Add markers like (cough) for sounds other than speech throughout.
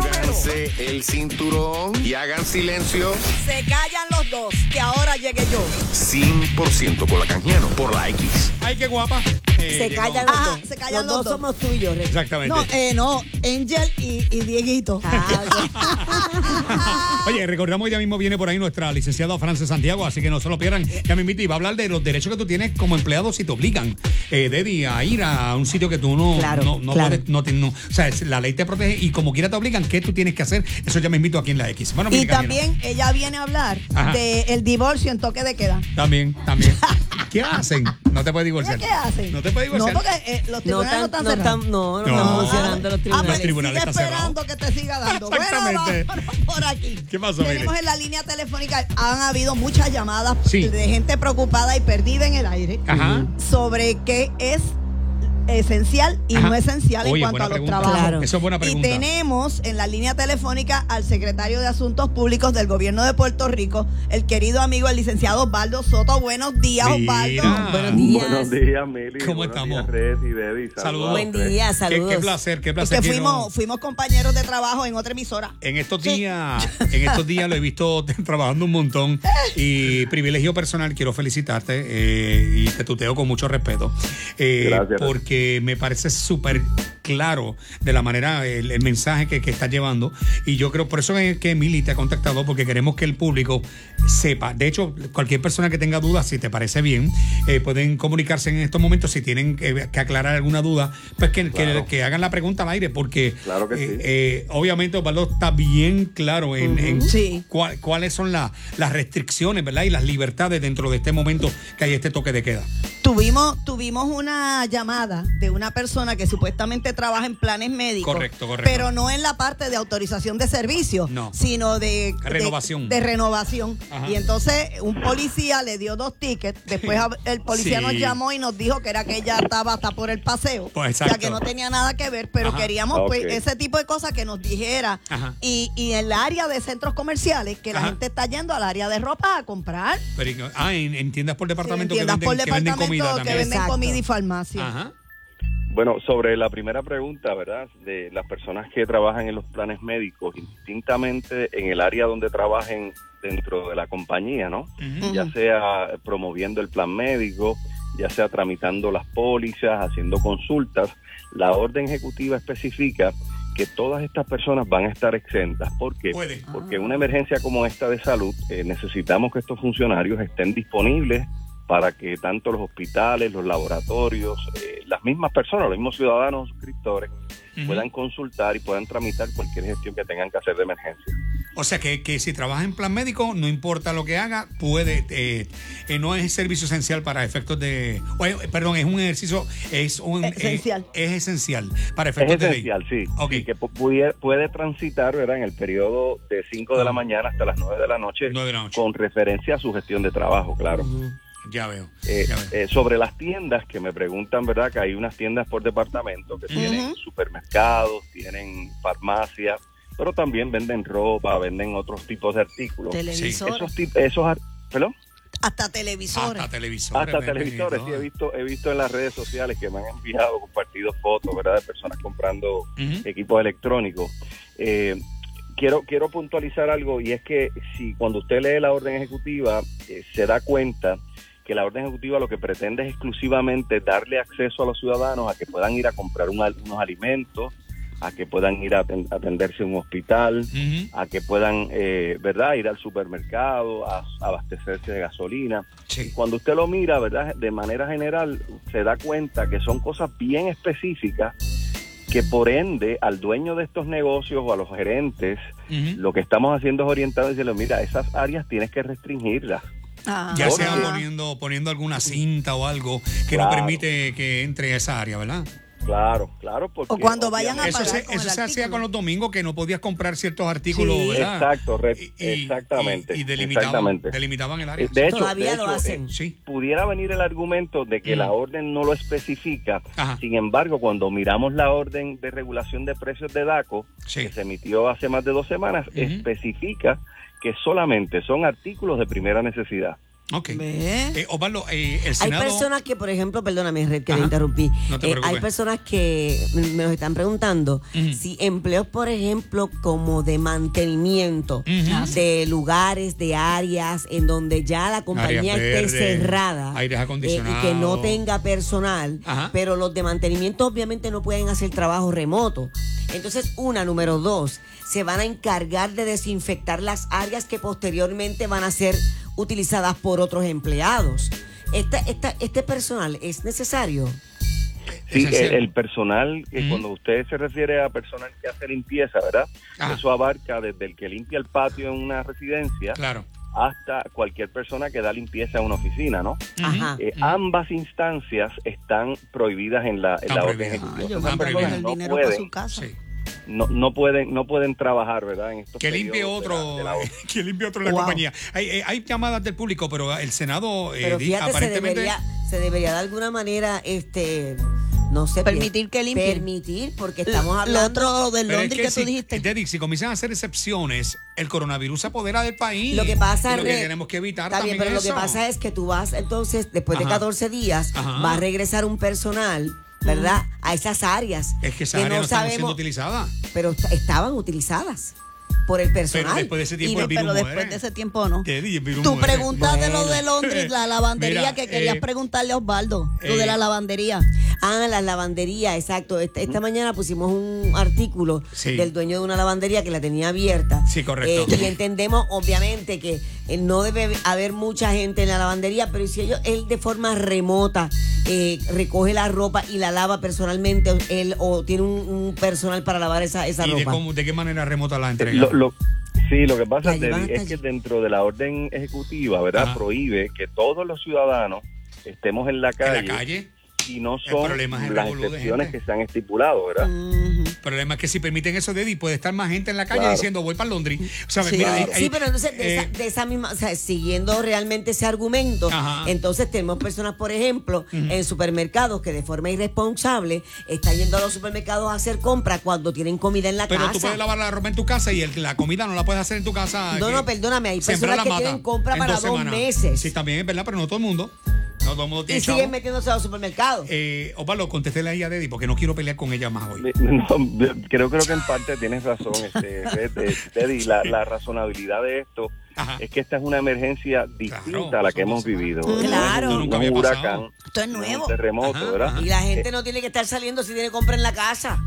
Abróchense el cinturón y hagan silencio Se callan los dos, que ahora llegue yo. 100% con la canjiano por la X. Ay, qué guapa. Eh, Se llegó. callan Ajá, los dos. se callan los, los dos dos. somos tuyos. Ricky. Exactamente. No, eh, no, Angel y, y Dieguito. Ah, Ah, Oye, recordamos que ya mismo viene por ahí nuestra licenciada Frances Santiago, así que no se lo pierdan. Ya me invita y va a hablar de los derechos que tú tienes como empleado si te obligan, eh, Debbie, a ir a un sitio que tú no, Claro, no, no claro. puedes. No, te- no- o sea, es- la ley te protege y como quiera te obligan, ¿qué tú tienes que hacer? Eso ya me invito aquí en la X. Bueno, y mire, Karina, también ella viene a hablar Ajá. del divorcio en toque de queda. También, también. ¿Qué hacen? No te puedes divorciar. ¿Qué hacen? No te puedes divorciar. No, porque eh, (laughs) los No, tribunales no, tan- están no, cerrados. tan- no, no No. están Ah, funcionando los tribunales. Los tribunales. sigue están cerrados. esperando que te siga dando. Exactamente. Bueno, vamos por aquí. ¿Qué pasó, Mili? Tenemos en la línea telefónica, han habido muchas llamadas Sí. de gente preocupada y perdida en el aire Ajá. sobre qué es esencial y Ajá. no esencial Oye, en cuanto buena a los pregunta. trabajos. Claro. Eso es buena pregunta. Y tenemos en la línea telefónica al secretario de Asuntos Públicos del Gobierno de Puerto Rico, el querido amigo, el licenciado Osvaldo Soto. Buenos días, Mira. Osvaldo. Buenos días. Buenos días, Mili. ¿Cómo Buenos estamos? días, Reci, Debbie. Saludos. a Buen ustedes. día, Qué- saludos. Qué, placer, qué placer. Porque que no- fuimos, fuimos compañeros de trabajo en otra emisora. En estos Sí. días, en estos días lo he visto (laughs) trabajando un montón y privilegio personal, quiero felicitarte eh, y te tuteo con mucho respeto. eh, Gracias. Porque me parece súper claro de la manera, el, el mensaje que, que estás llevando y yo creo, por eso es que Emily te ha contactado porque queremos que el público sepa. De hecho, cualquier persona que tenga dudas, si te parece bien, eh, pueden comunicarse en estos momentos si tienen eh, que aclarar alguna duda, pues que, que- Claro. que, hagan la pregunta al aire porque Claro que eh, sí. eh, obviamente Osvaldo está bien claro en, en Sí. cuál- cuáles son la- las restricciones ¿verdad? y las libertades dentro de este momento que hay este toque de queda. Tuvimos, tuvimos una llamada de una persona que supuestamente trabaja en planes médicos. Correcto, correcto. Pero no en la parte de autorización de servicio, No. sino de de- Renovación. De, renovación. Ajá. Y entonces un policía le dio dos tickets. Después a- el policía Sí. nos llamó y nos dijo que era que ella estaba hasta por el paseo. Pues, o sea, exacto. que no tenía nada que ver, pero Ajá. queríamos Ok. pues, ese tipo de cosas que nos dijera. Ajá. Y, y el área de centros comerciales, que Ajá. la gente está yendo al área de ropa a comprar. Pero, ah, en, en tiendas por departamento, Entiendas que, venden, por que venden departamento comida que también. venden Exacto. comida y farmacia. Ajá. Bueno, sobre la primera pregunta, ¿verdad? De las personas que trabajan en los planes médicos, indistintamente en el área donde trabajen dentro de la compañía, ¿no? Ujú. Ya sea promoviendo el plan médico, ya sea tramitando las pólizas, haciendo consultas, la orden ejecutiva especifica que todas estas personas van a estar exentas. ¿Por qué? Puede. Porque en una emergencia como esta de salud eh, necesitamos que estos funcionarios estén disponibles para que tanto los hospitales, los laboratorios, eh, las mismas personas, los mismos ciudadanos suscriptores Ujú. puedan consultar y puedan tramitar cualquier gestión que tengan que hacer de emergencia. O sea que, que si trabaja en plan médico, no importa lo que haga, puede, eh, eh, no es servicio esencial para efectos de, oye, perdón, es un ejercicio, es un E, eh, Esencial. es, es esencial para Es efectos de ley. esencial, sí, Ok. y que pu- pudiera- puede transitar ¿verdad? en el periodo de 5 de la Ah. mañana hasta las 9 de la noche 9 de la noche. con referencia a su gestión de trabajo, claro. Ya veo. Eh, ya veo. eh, sobre las tiendas que me preguntan, ¿verdad? Que hay unas tiendas por departamento que tienen supermercados, tienen farmacias, pero también venden ropa, venden otros tipos de artículos. Televisor. Esos, tip- esos ar- ¿Perdón? Hasta televisores. Hasta televisores. Hasta venden y televisores, sí, todo. he visto, he visto en las redes sociales que me han enviado, compartido fotos, ¿verdad? De personas comprando Ujú. equipos electrónicos. Eh, quiero, quiero puntualizar algo y es que si cuando usted lee la orden ejecutiva eh, se da cuenta que la orden ejecutiva lo que pretende es exclusivamente darle acceso a los ciudadanos a que puedan ir a comprar un al- unos alimentos, a que puedan ir a aten- atenderse en un hospital, Ujú. a que puedan, eh, ¿verdad?, ir al supermercado, a a abastecerse de gasolina Sí. cuando usted lo mira, ¿verdad? De manera general, se da cuenta que son cosas bien específicas que por ende al dueño de estos negocios o a los gerentes, Ujú. lo que estamos haciendo es orientar y decirle, mira, esas áreas tienes que restringirlas. Ah. Ya Porque- sea poniendo, poniendo alguna cinta o algo que no Claro. permite que entre a esa área, ¿verdad? Ah, Claro, claro, porque... O cuando vayan a Eso pagar se, con eso el se hacía artículo. con los domingos que no podías comprar ciertos artículos, Sí. ¿verdad? Exacto, re- Y- exactamente, Y, y delimitaban, exactamente. delimitaban el área. De hecho, Todavía de lo hecho, hacen. Sí. pudiera venir el argumento de que Mm. la orden no lo especifica. Ajá. Sin embargo, cuando miramos la orden de regulación de precios de DACO, Sí. que se emitió hace más de dos semanas, Ujú. especifica que solamente son artículos de primera necesidad. Ok. ¿Ve? Eh, Osvaldo, eh, el Hay Senado. personas que, por ejemplo, perdóname, Red, que le Ajá. interrumpí. No te Eh, preocupes. hay personas que me- me nos están preguntando Ujú. si empleos, por ejemplo, como de mantenimiento Ujú. Ah, de lugares, de áreas en donde ya la compañía Áreas esté verdes, aires cerrada eh, y que no acondicionados. tenga personal, Ajá. pero los de mantenimiento obviamente no pueden hacer trabajo remoto. Entonces, una, número dos, se van a encargar de desinfectar las áreas que posteriormente van a ser utilizadas por otros empleados. Esta, esta- este personal es necesario. Sí, el, Esencial. el personal, eh, Ujú. cuando usted se refiere a personal que hace limpieza, ¿verdad? Ajá. Eso abarca desde el que limpia el patio en una residencia Claro. hasta cualquier persona que da limpieza a una oficina, ¿no? Ajá. Eh, ambas instancias están prohibidas en la, en Están la prohibidas. orden Ay, ejecutiva. yo voy Ah, a pero poner bien, el no dinero pueden. para su casa. Sí. No, no pueden no pueden trabajar, ¿verdad? En estos Que limpie periodos de la- otro, (laughs) de la orden. que limpie otro en la Wow. compañía. Hay, eh, hay llamadas del público, pero el Senado eh, Pero di- fíjate, se aparentemente. debería, se debería de alguna manera, este, no sé, Permitir que limpien. Permitir, porque estamos Lo hablando. otro del Pero es Londres que, tú si, dijiste. Derek, si comienzan a hacer excepciones, el coronavirus se apodera del país. Lo que pasa Y lo que Red, tenemos que evitar está también bien, pero eso. lo que pasa es que tú vas entonces después de Ajá. 14 días Ajá. Mm. va a regresar un personal, ¿verdad? A esas áreas Es que esa área no, está siendo utilizada. pero est- estaban utilizadas por el personal. Pero después de ese Y tiempo no, el virus pero después muere. de ese tiempo no. Teddy, el virus Tú muere. preguntaste lo de Bueno. Londres, la lavandería eh, Mira, que querías eh, preguntarle a Osvaldo. Lo eh, de la lavandería. Ah, las lavanderías, exacto. Esta, esta mañana pusimos un artículo Sí. del dueño de una lavandería que la tenía abierta. Sí, correcto. Eh, y entendemos, obviamente, que eh, no debe haber mucha gente en la lavandería, pero si ellos, él de forma remota eh, recoge la ropa y la lava personalmente, él o tiene un, un personal para lavar esa, esa ¿Y de, ropa. cómo- de qué manera remota la entrega? Lo- lo- sí, lo que La pasa Debbie, llevaste es allí. que dentro de la orden ejecutiva, ¿verdad? Ajá. Prohíbe que todos los ciudadanos estemos en la en calle, la calle. y no El son problema es el las revolú de excepciones gente. que se han estipulado, ¿verdad? El problema es que si permiten eso, Deddy, puede estar más gente en la calle Claro. diciendo voy para Londres. O sea, Sí. mira, ahí- ahí- Sí, pero entonces de, eh, esa, de esa misma, o sea, siguiendo realmente ese argumento, Ajá. entonces tenemos personas, por ejemplo, en supermercados que de forma irresponsable están yendo a los supermercados a hacer compras cuando tienen comida en la Pero casa. tú puedes lavar la ropa en tu casa y el- la comida no la puedes hacer en tu casa. No, que- no, perdóname, hay sembrar personas la que mata tienen compra en para dos semanas. meses. Sí, también es verdad, pero no todo el mundo. No todo el mundo tiene y chavo. siguen metiéndose a los supermercados. Eh, Osvaldo, contéstele ahí a Deddy porque no quiero pelear con ella más hoy. (laughs) No, creo, creo que en parte tienes razón, este, Red, eh, Teddy. La, la razonabilidad de esto Ajá. es que esta es una emergencia distinta a la que son hemos dos semanas. vivido. Claro. Esto No es nunca un había huracán, pasado. Esto es no es nuevo. un terremoto, Ajá, ¿verdad? ajá. y la gente no tiene que estar saliendo si tiene compra en la casa.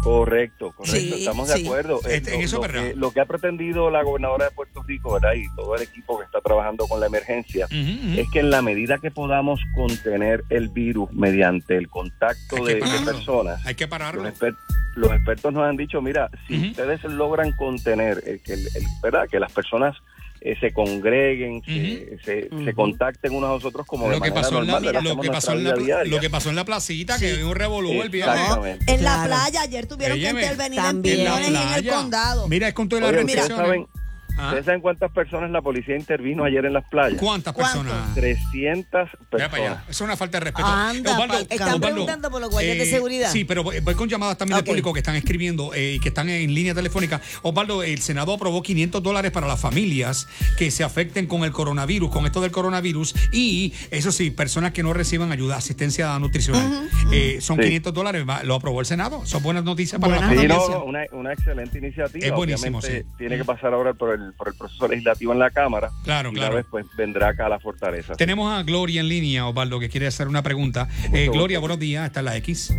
Correcto, correcto, Sí, estamos sí. de acuerdo. Eh, Este, en eso, lo, lo ¿verdad? que, lo que ha pretendido la gobernadora de Puerto Rico, ¿verdad? Y todo el equipo que está trabajando con la emergencia, Ujú, ujú. es que en la medida que podamos contener el virus mediante el Hay contacto que de, de pararlo. personas, Hay que pararlo. los, exper- los expertos nos han dicho, mira, si Ujú. ustedes logran contener, el, que el- el- ¿verdad? Que las personas eh, se congreguen, se- se, se contacten unos a los otros como de Lo que, manera pasó en la, normal, ¿verdad? lo, que Hacemos pasó en la, nuestra vida diaria. lo que pasó en la placita, que había un revolú el viernes. Exacto. No, Exactamente. en la Claro. playa, ayer tuvieron Óyeme, que intervenir también. en En la piñones y en el playa. condado. Mira, es con todas las Oye, mira. ustedes saben, restricciones. Ah, ¿Ustedes saben cuántas personas la policía intervino ayer en las playas? ¿Cuántas ¿Cuántos? personas? 300 Mira para allá. personas. Es una falta de respeto. Anda, pa'l Están preguntando por los guardias de eh, seguridad. Sí, pero voy, voy con llamadas también Ok. del público que están escribiendo eh, y que están en línea telefónica. Osvaldo, el Senado aprobó 500 dólares para las familias que se afecten con el coronavirus, con esto del coronavirus. Y eso sí, personas que no reciban ayuda, asistencia nutricional. Eh, son Sí. 500 dólares, va- lo aprobó el Senado. Son buenas noticias para Buenas la Sí, noticias. familia. no, una, una excelente iniciativa. Es buenísimo, Obviamente, sí. Tiene que pasar ahora por el, por el proceso legislativo en la Cámara. Claro, y claro. Una vez pues vendrá acá a la fortaleza. Tenemos a Gloria en línea, Osvaldo, que quiere hacer una pregunta. Eh, gusto. Gloria, buenos días. Está la X.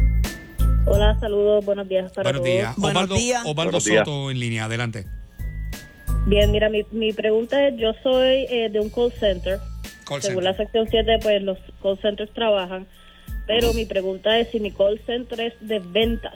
Hola, saludos, buenos días para buenos todos. días. Buenos Osvaldo, días. Osvaldo Buenos días. Soto en línea. Adelante. Bien, mira, mi, mi pregunta es, yo soy eh, de un call center. Call center. Según la sección 7, pues los call centers trabajan, pero mi pregunta es si mi call center es de ventas,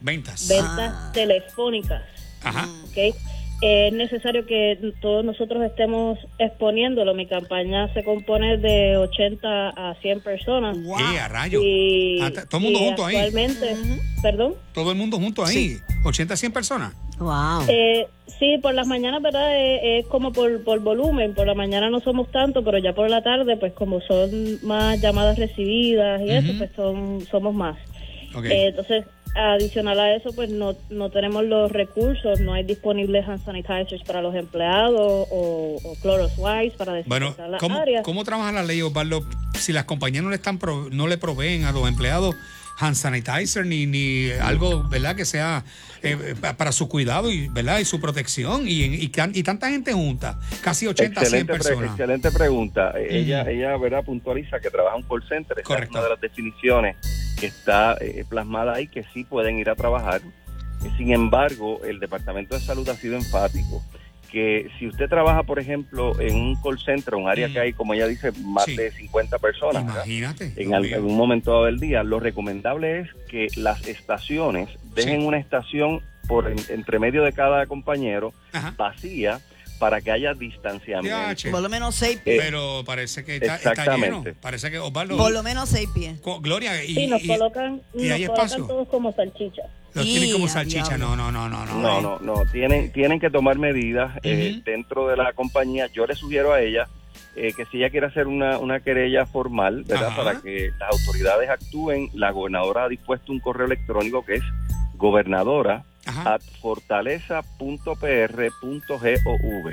Ventas. ventas Ah. telefónicas, Ajá. ¿ok? Eh, Es necesario que todos nosotros estemos exponiéndolo. Mi campaña se compone de 80 a 100 personas. Wow. Eh, a rayo. Y, Ah, t- todo el mundo y junto ahí. Actualmente, perdón. Todo el mundo junto ahí. 80, 100 personas. Wow. Eh, sí, por las mañanas, ¿verdad? Eh, Es, como por, por volumen. Por la mañana no somos tanto, pero ya por la tarde, pues como son más llamadas recibidas y eso, pues son, somos más. Ok. Eh, entonces, Adicional a eso, pues no, no tenemos los recursos, no hay disponibles hand sanitizers para los empleados o, o cloros wipes para Bueno, desinfectar las ¿cómo, áreas. ¿cómo trabaja la ley, Osvaldo? Si las compañías no le, están pro- no le proveen a los empleados hand sanitizer ni, ni algo, ¿verdad? Que sea eh, pa- para su cuidado y, ¿verdad? y su protección y, y, can- y tanta gente junta, casi 80, 100 Excelente, pre- personas. excelente pregunta. Eh, Ujú. Ella, ella ¿verdad? puntualiza que trabaja en un call center. Esa es Correcto. una de las definiciones que está eh, plasmada ahí, que sí pueden ir a trabajar. Eh, Sin embargo, el Departamento de Salud ha sido enfático que si usted trabaja, por ejemplo, en un call center, un área Mm. que hay, como ella dice, más Sí. de 50 personas, ¿verdad? Imagínate. en Dios al- mío. algún momento dado del día, lo recomendable es que las estaciones dejen Sí. una estación por en- entre medio de cada compañero Ajá. vacía para que haya distanciamiento. Diache. Por lo menos seis pies. Pero parece que está, está lleno. Eh, Exactamente. Parece que Osvaldo. Por lo menos seis pies. Co- Gloria, y, Sí, nos y- colocan, y hay nos colocan espacio. todos como salchichas. los tienen como Y a salchicha. diablo. No, no, no, no. no. No, no, no. Tienen, tienen que tomar medidas eh, Ujú. dentro de la compañía. Yo le sugiero a ella eh, que si ella quiere hacer una, una querella formal, ¿verdad? Ajá. Para que las autoridades actúen, la gobernadora ha dispuesto un correo electrónico que es gobernadora Ajá. at fortaleza.pr.gov.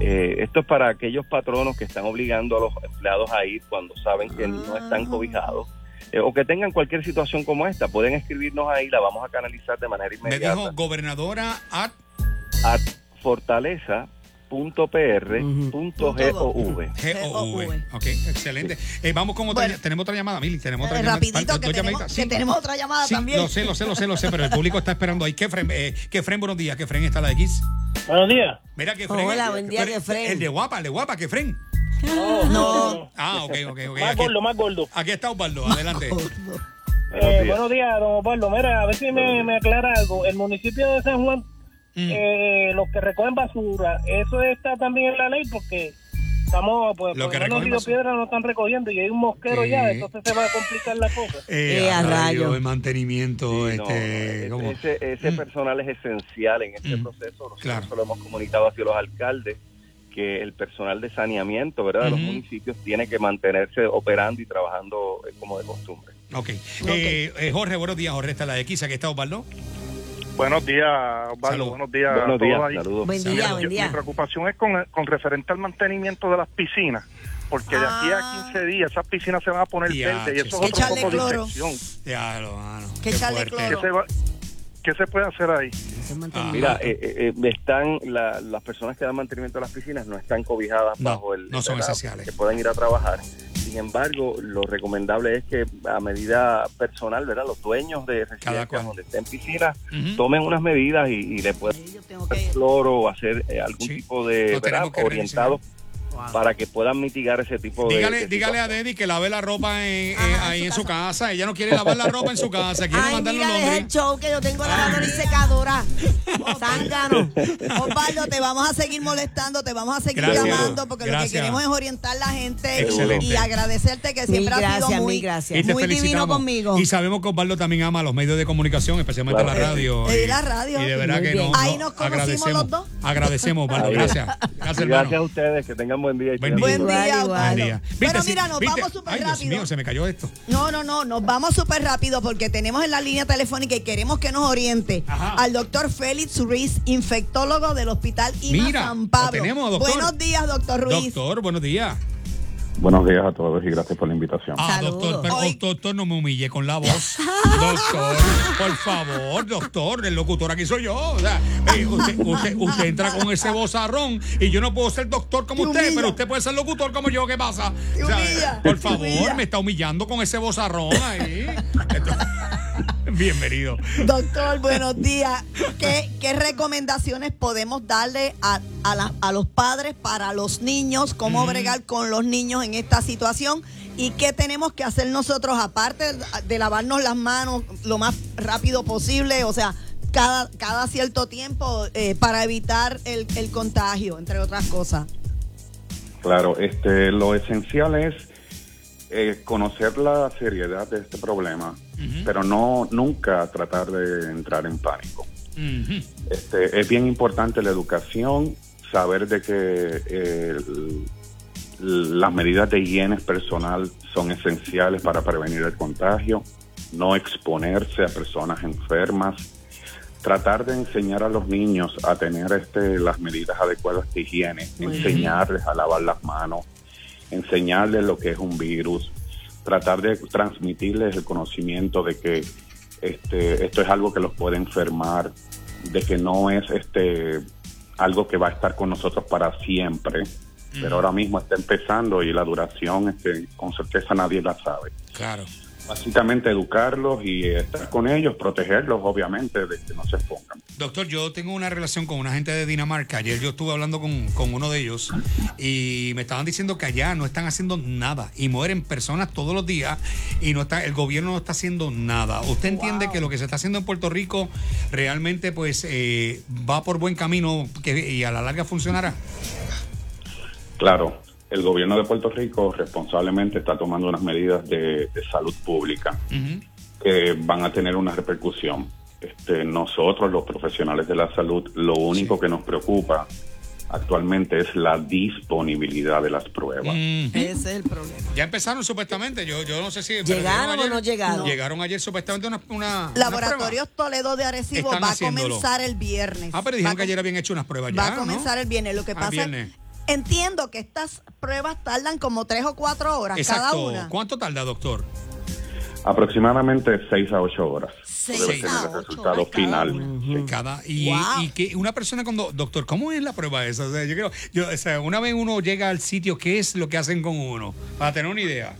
Eh, esto es para aquellos patronos que están obligando a los empleados a ir cuando saben que no están Ah. cobijados. eh, o que tengan cualquier situación como esta, pueden escribirnos ahí, la vamos a canalizar de manera Me inmediata dijo gobernadora at at fortaleza.pr.gov. GOV. Ok, excelente. Eh, vamos con otra. Bueno. Tenemos otra llamada, Mili. Tenemos otra Dale, llamada. Eh, rapidito, Faltan que dos tenemos, llamaditas. que Sí. tenemos otra llamada Sí, también. Lo sé, lo sé, lo sé, lo sé, pero el público está esperando ahí. Kefren, eh, Kefren, buenos días. Kefren está la X. Buenos días. Mira, Kefren. Hola, eh, buen día, tú eres- Kefren. El de guapa, el de guapa, Kefren. Oh. no. Ah, ok, ok, ok. Más Aquí, gordo, más gordo. aquí está Osvaldo, adelante. Oh, Eh, buenos días, don Osvaldo. Mira, a ver si me, me aclara algo. El municipio de San Juan, Mm. eh, los que recogen basura, eso está también en la ley porque estamos, pues, Los por que lo menos recogen Río basura. Piedra no están recogiendo y hay un mosquero Sí. ya, entonces se va a complicar la cosa. Eh, a rayo. El mantenimiento, Sí, no, este. eh, ¿cómo? ese ese Mm. personal es esencial en este Mm. proceso. Nosotros Claro. se lo hemos comunicado hacia los alcaldes que el personal de saneamiento ¿verdad? de los Ujú. municipios tiene que mantenerse operando y trabajando eh, como de costumbre. Ok. Eh, eh, Jorge, buenos días. Jorge está la X. Aquí está Osvaldo. Buenos días, Osvaldo. Salud. Buenos días. a Buenos todos días, ahí. saludos. Buen Mira, día, yo- buen Mi día. preocupación es con, con referente al mantenimiento de las piscinas, porque de aquí Ah. a 15 días esas piscinas se van a poner Ya, verdes y eso que es otro echarle foco de cloro. infección. Ya, lo, mano, Que qué echarle fuerte. ¿Qué cloro. se, va- qué se puede hacer ahí? Ah, Eso es mantenimiento. Mira, eh, eh, eh, están la- las personas que dan mantenimiento a las piscinas no están cobijadas No, bajo el no son ¿verdad? esenciales. que puedan ir a trabajar. Sin embargo, lo recomendable es que a medida personal, ¿verdad? Los dueños de residencias cual. donde estén piscinas Ujú. tomen unas medidas y, y le puedan Sí, yo tengo que- hacer cloro o hacer eh, algún Sí, tipo lo de tenemos ¿verdad? que orientado Wow. para que puedan mitigar ese tipo de- de Dígale, dígale a situación. Dedi que lave la ropa en- en- Ajá, ahí en en su su casa. Ella no quiere lavar la ropa (laughs) en su casa. Quiere Ay, mandarle un mira, deja el hombre. Ah. show que yo tengo lavadora (laughs) y secadora. Zángano. Osvaldo, te vamos a seguir molestando, te vamos a seguir Gracias. llamando, porque lo que Gracias. queremos es orientar la gente Excelente. y agradecerte que Mil siempre has gracias, sido muy, mil gracias. Y te muy divino felicitamos. conmigo. Y sabemos que Osvaldo también ama los medios de comunicación, especialmente Claro. la radio. Eh, y la radio. Y de verdad Muy que bien. no- Ahí no, nos conocimos agradecemos. los dos. Agradecemos, Osvaldo. Ahí. Gracias. Gracias, Y Gracias a hermano. ustedes, que tengan buen día. y Buen día. cuídense. Buen Igual, día, igual. Buen Osvaldo. día. Pero Viste, mira, nos viste. vamos súper Ay, rápido. Dios mío, se me cayó esto. No, no, no, nos vamos súper rápido porque tenemos en la línea telefónica y queremos que nos oriente Ajá. al doctor Félix Ruiz, infectólogo del Hospital IMA Mira, San Pablo. lo tenemos, doctor. Buenos días, doctor Ruiz. Doctor, buenos días. Buenos días a todos y gracias por la invitación. Ah, Saludos. doctor, pero, Hoy- oh, doctor, no me humille con la voz. doctor, por favor, doctor, el locutor aquí soy yo. O sea, eh, usted, usted- usted entra con ese vozarrón y yo no puedo ser doctor como Te usted, humilla. pero usted puede ser locutor como yo. ¿Qué pasa? Te O sea, humilla, por te favor, humilla. me está humillando con ese vozarrón ahí. Esto- (laughs) Bienvenido. Doctor, buenos días. ¿Qué, qué recomendaciones podemos darle a, a la- a los padres para los niños? ¿Cómo bregar con los niños en esta situación? ¿Y qué tenemos que hacer nosotros aparte de, de lavarnos las manos lo más rápido posible? O sea, cada, cada cierto tiempo eh, para evitar el, el contagio, entre otras cosas. Claro, este, lo esencial es eh, conocer la seriedad de este problema, pero no nunca tratar de entrar en pánico. Ujú. Este, es bien importante la educación, saber de que eh, l- las medidas de higiene personal son esenciales para prevenir el contagio. no exponerse a personas enfermas, tratar de enseñar a los niños a tener este, las medidas adecuadas de higiene, enseñarles a lavar las manos, enseñarles lo que es un virus, tratar de transmitirles el conocimiento de que este, esto es algo que los puede enfermar, de que no es este, algo que va a estar con nosotros para siempre. Pero ahora mismo está empezando y la duración, este, con certeza nadie la sabe Claro. básicamente educarlos y estar con ellos, protegerlos, obviamente, de que no se expongan. Doctor, yo tengo una relación con una gente de Dinamarca. Ayer yo estuve hablando con, con uno de ellos y me estaban diciendo que allá no están haciendo nada y mueren personas todos los días y no está el gobierno no está haciendo nada. ¿Usted entiende que lo que se está haciendo en Puerto Rico realmente pues eh, va por buen camino que- y a la larga funcionará? Claro, el gobierno de Puerto Rico responsablemente está tomando unas medidas de, de salud pública que van a tener una repercusión. Este, nosotros, los profesionales de la salud, lo único que nos preocupa actualmente es la disponibilidad de las pruebas. Mm. Ese es el problema. Ya empezaron supuestamente, yo, yo no sé si... pero ¿Llegaron o ayer- no llegaron? Llegaron ayer supuestamente una... una- una prueba. Laboratorios Toledo de Arecibo Están va a haciéndolo. comenzar el viernes. Ah, pero Va dijeron a que ayer habían hecho unas pruebas Pues ya, Va a comenzar el viernes. Lo que Ah, pasa viernes. es, entiendo que estas pruebas tardan como tres o cuatro horas cada Exacto. una. ¿Cuánto tarda, doctor? Aproximadamente 6 a 8 horas. Seis Debe tener a el ocho resultado horas cada final. una. Sí. Cada, y, Wow. y que una persona cuando, doctor, ¿cómo es la prueba esa? O sea, yo creo, yo, o sea, una vez uno llega al sitio, ¿qué es lo que hacen con uno? Para tener una idea.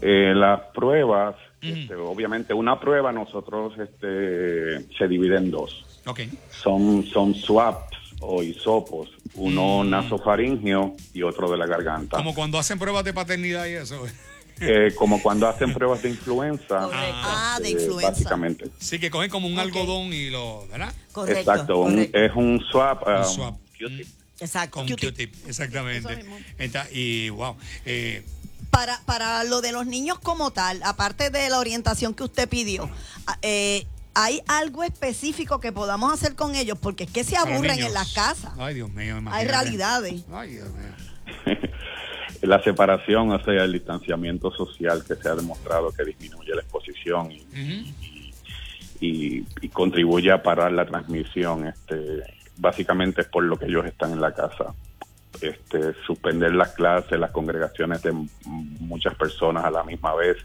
Eh, las pruebas, este, obviamente una prueba nosotros este, se divide en dos. Ok. Son, son swaps o hisopos, uno nasofaringio y otro de la garganta. Como cuando hacen pruebas de paternidad y eso. (laughs) Eh, como cuando hacen pruebas de influenza. Correcto. Ah, de eh, influenza. Básicamente. Sí, que cogen como un algodón y lo, ¿verdad? Correcto. Exacto, un- eh, correcto. es un swap. ah, Un swab. Q-tip. Exacto. Con Q-tip. Q-tip, exactamente. Eso mismo. Enta- y wow. eh, Para, para lo de los niños como tal, aparte de la orientación que usted pidió, a- eh, ¿hay algo específico que podamos hacer con ellos? Porque es que se para los aburren niños. en las casas. Ay, Dios mío, Hay imagínate. realidades. Ay, Dios mío. la separación, o sea, el distanciamiento social que se ha demostrado que disminuye la exposición y Ujú. y, y contribuye a parar la transmisión. Este, básicamente es por lo que ellos están en la casa. Este, suspender las clases, las congregaciones de m- muchas personas a la misma vez.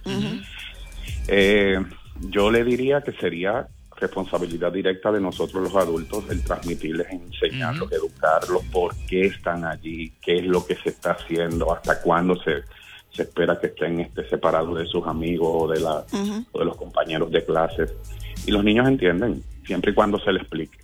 Eh, yo le diría que sería responsabilidad directa de nosotros los adultos el transmitirles, enseñarlos, educarlos, por qué están allí, qué es lo que se está haciendo, hasta cuándo se, se espera que estén este, separados de sus amigos o de, la, o de los compañeros de clases. Y los niños entienden, siempre y cuando se les explique.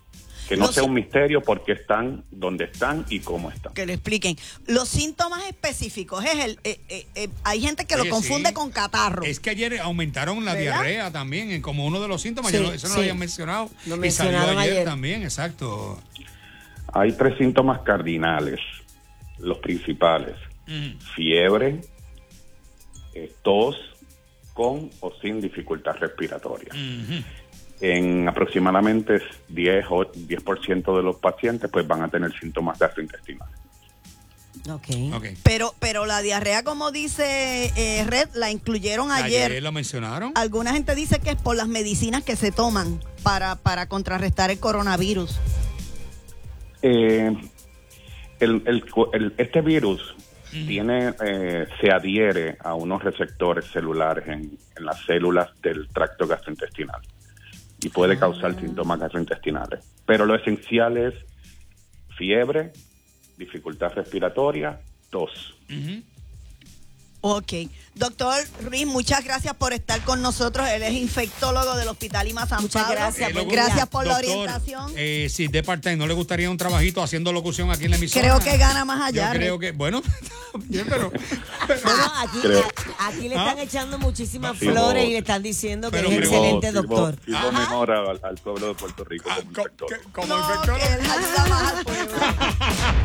Que no, No sea sé- un misterio por qué están, dónde están y cómo están. Que le expliquen. Los síntomas específicos es el. eh, eh, eh, hay gente que Oye, lo confunde sí. con catarro. Es que ayer aumentaron la ¿Verdad? diarrea también, en como uno de los síntomas. Sí, Yo no- eso no sí. lo habían mencionado. Lo y salió mencionaron ayer ayer. también, exacto. Hay tres síntomas cardinales, los principales. Ujú. fiebre, eh, tos con o sin dificultad respiratoria. Ujú. En aproximadamente 10 o 10% de los pacientes pues van a tener síntomas gastrointestinales. Ok. Ok. Pero, pero la diarrea, como dice eh, Red, la incluyeron Ayer, ayer. lo mencionaron. Alguna gente dice que es por las medicinas que se toman para, para contrarrestar el coronavirus. Eh, el- el cu- el- este virus tiene, eh, se adhiere a unos receptores celulares en, en las células del tracto gastrointestinal y Ah. puede causar síntomas gastrointestinales. Pero lo esencial es fiebre, dificultad respiratoria, tos. Ujú. Ok. Doctor Ruiz, muchas gracias por estar con nosotros. Él es infectólogo del Hospital Ima San Muchas Pablo. gracias, buen día. Gracias por la Doctor, orientación. Eh, si de parte no le gustaría un trabajito haciendo locución aquí en la emisora. Creo que gana más Yo allá. creo Red. que, bueno, (laughs) bien, pero, pero, No, no, aquí, Creo. a- aquí le están Ah. echando muchísimas Sirvo- flores y le están diciendo que Pero es sirvo- excelente Sirvo- doctor. sirvo Ajá. mejor al, al pueblo de Puerto Rico ah, como co- infectólogo. que- como No, infectólogo. que él (laughs) ayuda más al pueblo. (laughs)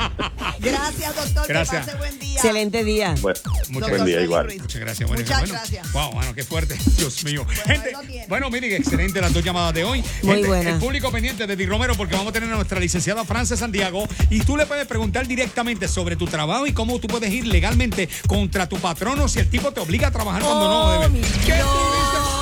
Gracias, doctor. Gracias. Que pase buen día. Excelente día. Bueno, Muchas buen día gracias. igual. Muchas gracias, buenas Muchas bueno, gracias. Wow, bueno, qué fuerte. (laughs) Dios mío. ahí lo Gente, tiene. bueno, miren, excelente las dos llamadas de hoy. Muy Gente, buena. El público pendiente de Di Romero porque vamos a tener a nuestra licenciada Frances Santiago y tú le puedes preguntar directamente sobre tu trabajo y cómo tú puedes ir legalmente contra tu patrono si el tipo te obliga a trabajar cuando no Oh, debes. mi ¿Qué Dios. tuviste?